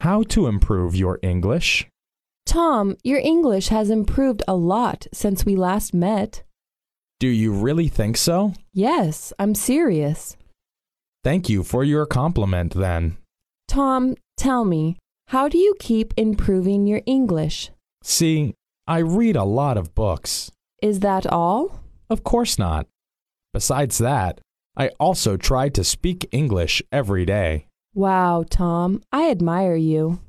How to improve your English. Tom, your English has improved a lot since we last met. Do you really think so? Yes, I'm serious. Thank you for your compliment then. Tom, tell me, how do you keep improving your English? See, I read a lot of books. Is that all? Of course not. Besides that, I also try to speak English every day. Wow, Tom, I admire you.